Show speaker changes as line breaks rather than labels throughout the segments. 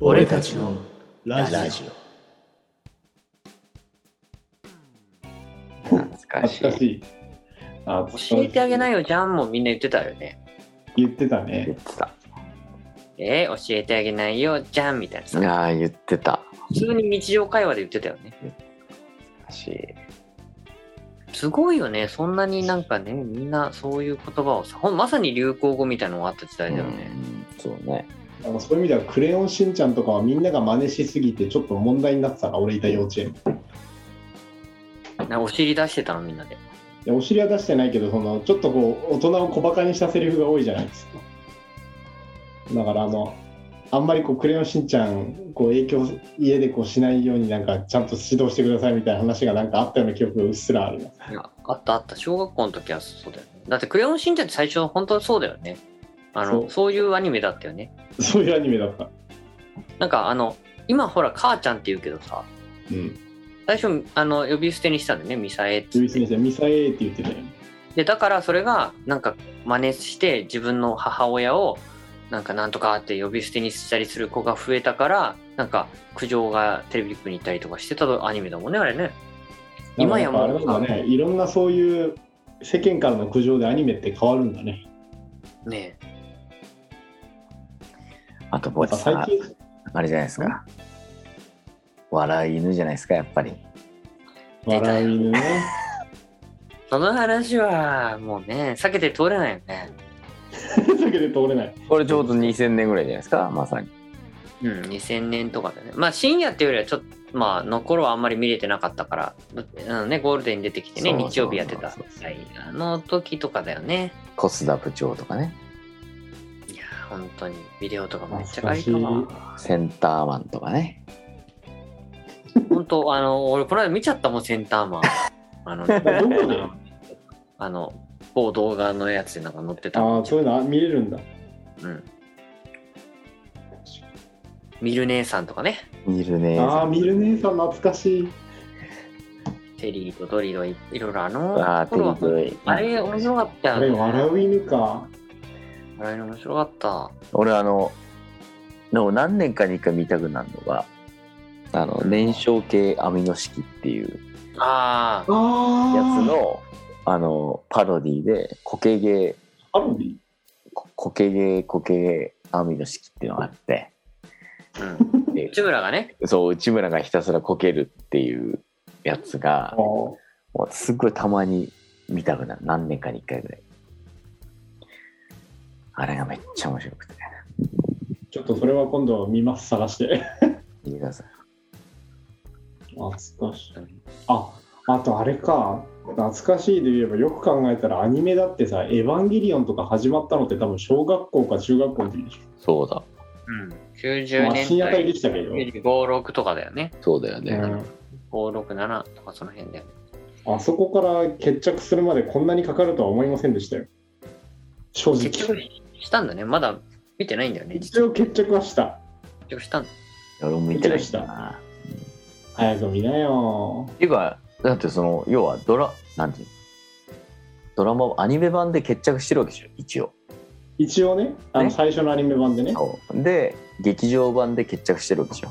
俺たちのラジオ。
懐かし
懐かし
い。
い。あ。
教えてあげないいよ、じゃんもみんな言ってたよね。
言って
言
た
っ
ね。
てた。えー、教えてあげないよ、じゃんみたいなさ。
ああ、言ってた。
普通に日常会話で言ってたよね。
懐かしい。
すごいよね。そんなになんかね、みんなそういう言葉をさ、ほんまさに流行語みたいなのがあった時代だよね。
うんそうね。
あのそういう意味では、クレヨンしんちゃんとかはみんなが真似しすぎて、ちょっと問題になってたな、俺いた幼稚園。
なんかお尻出してたの、みんなで。
いやお尻は出してないけど、そのちょっとこう、大人を小バカにしたセリフが多いじゃないですか。だから、あの、あんまりこうクレヨンしんちゃん、こう影響、家でこうしないように、なんかちゃんと指導してくださいみたいな話がなんかあったような記憶がうっすらあるな。
いやあったあった。小学校の時はそうだよね。だって、クレヨンしんちゃんって最初、本当そうだよね。あの、
そ
そうういうアニメだったよね。
そういうアニメだった。
なんか、あの、今ほら、母ちゃんって言うけどさ、
うん。
最初、あの、呼び捨てにしたんだよね、ミサエっつ
ル
っ
イス
て。
先生、ミサエーって言ってたよね。
で、だから、それが、なんか、真似して、自分の母親を、なんか、なんとかって呼び捨てにしたりする子が増えたから、なんか、苦情がテレビ局に行ったりとかしてたアニメだもんね、あれね。今やもう
なんかあれなんだね、いろんなそういう世間からの苦情でアニメって変わるんだね。
ねえ
あと、
や
ぼ
っぱ
ちさ
最
ん、
近、
あれじゃないですか。笑い犬じゃないですか、やっぱり。
笑い犬ね。
その話は、もうね、避けて通れないよね。
だけで通れない。
これちょうど2000年ぐらいじゃないですか、まさに。
うん、2000年とかだね。まあ深夜っていうよりはちょっと、まあの頃はあんまり見れてなかったから、うあのね、ゴールデンに出てきてね、
そうそう
日曜日やってた
そうそう。
はいあの時とかだよね。
コスダ部長とかね、
いやー、本当にビデオとかめっちゃ買いた
懐
な。
センターマンとかね。
本当、あの、俺この間見ちゃったもん、センターマン。あの、
どこで
あの、某動画のやつでなんか載ってた。
ああ、そういうの見れるんだ。
うん。ミル姉さんとかね、
見るね。
ああ、見る姉さん懐かしい。
テリーとドリドいいろいろあの
あー、テリ
頃は
ーズイ
あれ面白かった
あ
よ
れ、
ね。
笑う犬か。
あれ面白かった。
俺あのでも何年かに一回見たくなるのがあの燃焼系アミノ式っていう
ああ、
あ
や
あ、
つのあのパロディで固形ゲー
パロディ
こ固形ゲー固形ゲーアミノ式っていうのがあって
うん。
で
内村がね、
そう内村がひたすらこけるっていうやつ
あ
が
ー
もうすごいたまに見たくなる何年かに一回ぐらいあれがめっちゃ面白くて
ちょっとそれは今度見ます、探して。
見てください
懐かしい。あ、あとあれか。懐かしいで言えばよく考えたらアニメだってさ「エヴァンゲリオン」とか始まったのって多分小学校か中学校の時でしょ
そうだ
うん、90
まあ深
年
夜帯
代
でしたけど、
56とかだよね
そうだよ
う
ね
ん、
567とかその辺だよね
あそこから決着するまでこんなにかかるとは思いませんでしたよ正
結
直
局したんだねまだ見てないんだよね
一応決着はした
結局したんだ
俺も見てないんだな
早く見なよ
っていうかだってその要はドラなんていうのドラマアニメ版で決着してるわけでしょ一応
一応ねあの
ね
最初のアニメ版でね
そうで劇場版で決着してるわけでしょ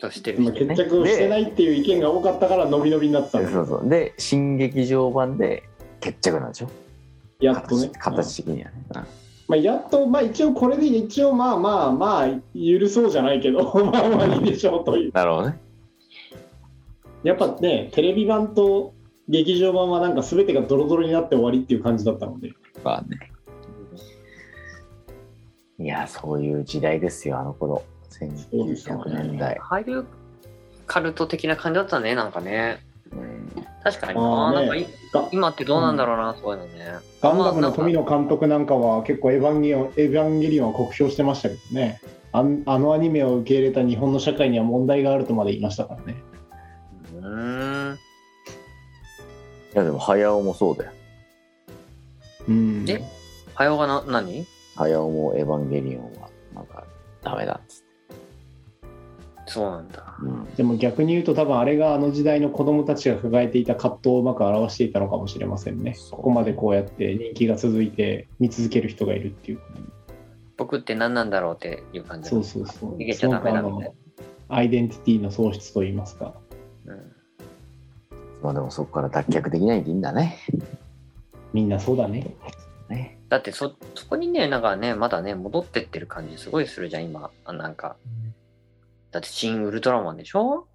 としてる
まあ
人
決
ね
着をしてないっていう意見が多かったから伸び伸びになってた
そ
ん
う
だ
そうそうで新劇場版で決着なんでしょ
やっと
形,、
ね
形的にはね、
まあ、やっとまあ一応これで一応まあまあまあ許そうじゃないけど まあまあいいでしょうという
なるほどね
やっぱねテレビ版と劇場版はなんか全てがドロドロになって終わりっていう感じだったので
まあねいやそういう時代ですよあの頃
うですよ
1900
ね
年代
ああいうカルト的な感じだったねなんかね
うん
確かに
あー
あー
ね
なんかい
が
今ってどうなんだろうな、そういうのね
ガンダムの富野監督なんかは結構エヴァンゲリオン「エヴァンゲリオン」は酷評してましたけどねあんあのアニメを受け入れた日本の社会には問題があるとまで言いましたからね
うーん
いやでも早尾もそうだよ
うん
え早尾がな何
早尾も「エヴァンゲリオン」はなんかダメだっつって、
そうなんだ
うん、
でも逆に言うと多分あれがあの時代の子供たちが抱えていた葛藤をうまく表していたのかもしれませんね
そう
ここまでこうやって人気が続いて見続ける人がいるっていう
僕って何なんだろうっていう感じ
そ
の
うそうそう。
逃げちゃダメだ
すご
みた
くあ
い
のアイデンティティの喪失といいますか。
な、うん、
まあでもそこから脱却できないでいいんだね。
みんなそうだね。
ね
だってそそこにねなんかねまだね戻ってってる感じすごいするじゃん今あなんかだって「新ウルトラマン」でしょ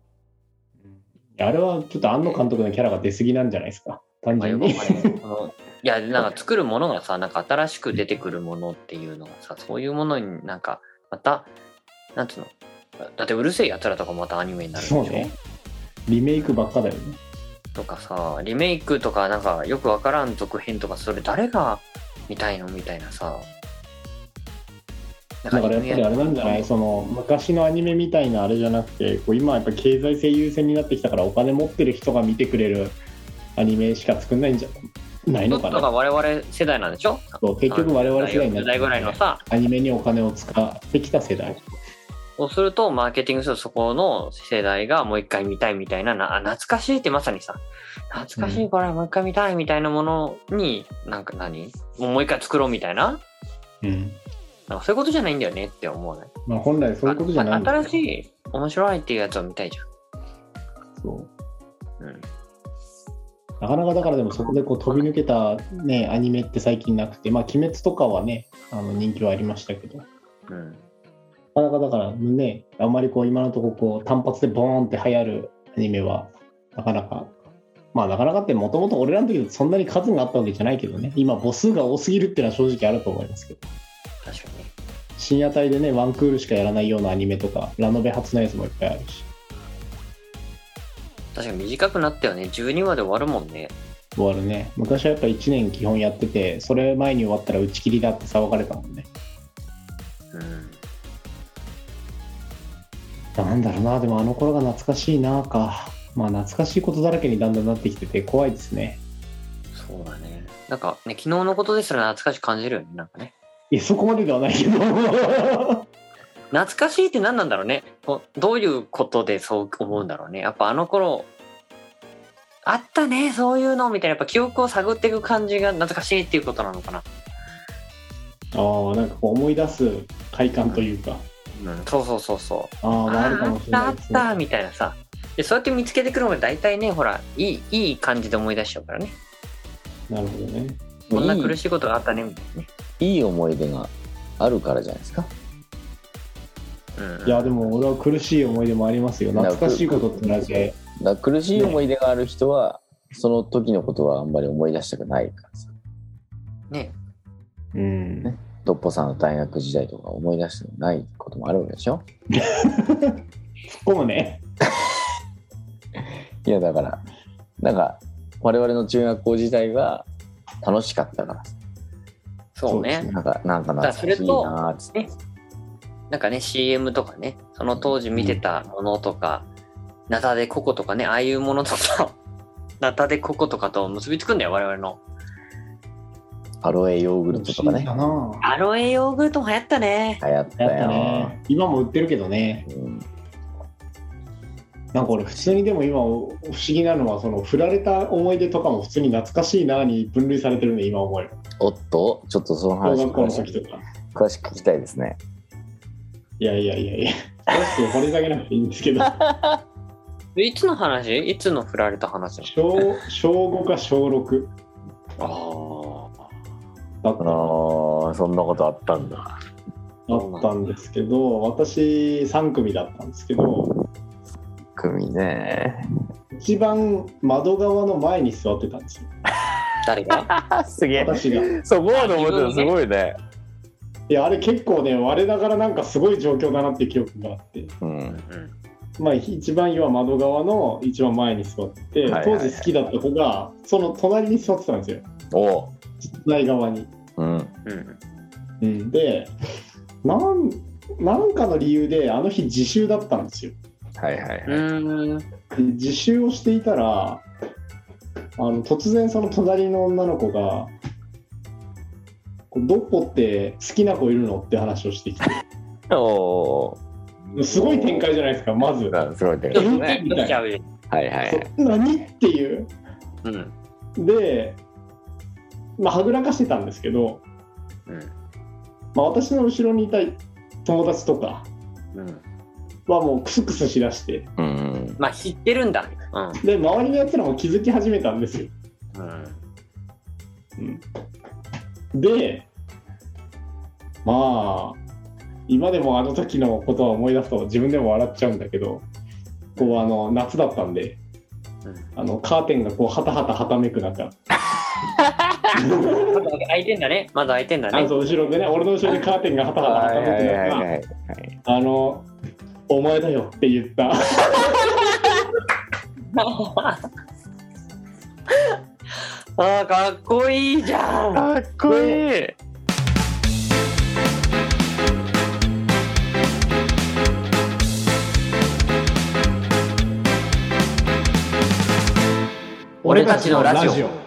あれはちょっと庵野監督のキャラが出過ぎなんじゃないですか。単
まあ、よ
純
くわ
に。
かんないこのいやなんか作るものがさなんか新しく出てくるものっていうのがさそういうものになんかまたなんつうのだって「うるせえやつら」とかまたアニメになるでし
そ
ょ
うね。リメイクばっかだよね。
とかさリメイクとかなんかよくわからん続編とかそれ誰が見たいのみたいなさ
だからやっぱりあれなんじゃないその昔のアニメみたいなあれじゃなくてこう今はやっぱ経済性優先になってきたからお金持ってる人が見てくれるアニメしか作んないんじゃない
ちょ
の
っ
か
と
な
が我々世代なんでしょ
そう結局我々世代にな
40代ぐらいの
って
さ
アニメにお金を使ってきた世代
そうするとマーケティングするとそこの世代がもう一回見たいみたいななあ懐かしいってまさにさ懐かしいこれもう一回見たいみたいなものに、なんか何もう一回作ろうみたいな
うん
なんかそういうことじゃないんだよねって思うね
まあ本来そういうことじゃないんだ
あ新
け
しい面白いっていうやつを見たいじ
どそう
ゃん、うん、
なかなかだからでもそこでこう飛び抜けた、ね、アニメって最近なくて、まあ、鬼滅とかはねあの人気はありましたけどな
うん、
かなかだからねあんまりこう今のところこう単発でボーンって流行るアニメはなかなかまあなかなかってもともと俺らの時そんなに数があったわけじゃないけどね今母数が多すぎるっていうのは正直あると思いますけど
確かに
深夜帯でねワンクールしかやらないようなアニメとかラノベ発のやつもいっぱいあるし
確かに短くなったよね12話で終わるもんね
終わるね昔はやっぱ1年基本やっててそれ前に終わったら打ち切りだって騒がれたもんね
うん
なんだろうな、でもあの頃が懐かしいなか。まあ懐かしいことだらけにだんだんなってきてて怖いですね。
そうだねなんかね昨日のことですら懐かしく感じるよねなんかね
いや、そこまでではないけど。
懐かしいって何なんだろうねこうどういうことでそう思うんだろうねやっぱあの頃あったねそういうのみたいなやっぱ記憶を探っていく感じが懐かしいっていうことなのかな、
ああ、なんかこう思い出す快感というか。
うん、そうそうそうそう
ああ、まああるか
あ
もしれな
あ
い
っ
で
た
す
あった
ね。
みたいなさでそうやって見つけてくるのが大体ねほらいいいい感じで思い出しちゃうからね
なるほどね。
こんない苦しいことがあったねみたいなね
いいい思い出があるからじゃないですか。
うん、
いや、でも俺は苦しい思い出もありますよ。懐かしいことって同じで。
だから苦しい思い出がある人は、その時のことはあんまり思い出したくないからさ。
ね
うん。
ねドッポさんの大学時代とか思い出したくないこともあるわけでしょ
こもね。
いやだからなんか我々の中学校時代が楽しかったからさ
そうね
そうですね
なんかなんか懐かしいなーっつって
だからなんかね CM とかねその当時見てたものとか、ナタデココとかねああいうものとか ナタデココとかと結びつくんだよ我々の
アロエヨーグルトとか
苦しい
ね
かな
アロエヨーグルトも流行ったね
流行った
や
よ
ったね。今も売ってるけどね。
うん
なんか俺普通にでも今不思議なのはその振られた思い出とかも普通に懐かしいなに分類されてるね今思えば
おっとちょっとその
小
話
学校
詳
の
し
時
く
とか
詳しく聞きたいですね
いやいやいやいや詳しく掘り下げなくていいんですけど
いつの話いつの振られた話な
小小5か小6
のあ
だ
あ
った
のーそんなことあったんだ
だったんですけど私3組だったんですけど
組ね
一番窓側の前に座ってたんですよ
誰 が
すげ
私が
そこまで
思ってたのす
ごいね
いやあれ結構ね我ながらなんかすごい状況だなって記憶があって
うん
まあ、一番要は窓側の一番前に座って、
はいはいはい
当時好きだった子がその隣に座ってたんですよ
おう
内側に、
うん
うん
うん、でなんなんかの理由であの日自習だったんですよ
はいはいはい、
うんうーん
で自習をしていたらあの突然その隣の女の子が「こうドッポって好きな子いるの?」って話をしてきて
お
すごい展開じゃないですかまず
ーなんかすごい展
ちょ
開
っ
で
と見
すね
え
てきちゃうよ
はいはいはい
そ何っていう
うん
で、まあ、はぐらかしてたんですけど
うん
まあ、私の後ろにいた友達とか
うん、
はもうクスクスしだして
うん
まあ知ってるんだうん
で周りのやつらも気づき始めたんですよ
うん
でまあ今でもあの時のことは思い出すと自分でも笑っちゃうんだけどこうあの夏だったんで
うん
あのカーテンがこうはたはたはためく中
まだ開いてんだねまだ開いてんだ
あ
ね
の後ろでね俺の後ろにカーテンがはたはたはためく中あの、お前だよって言った。
ああかっこいいじゃん
かっこいい
俺たちのラジオ
オ。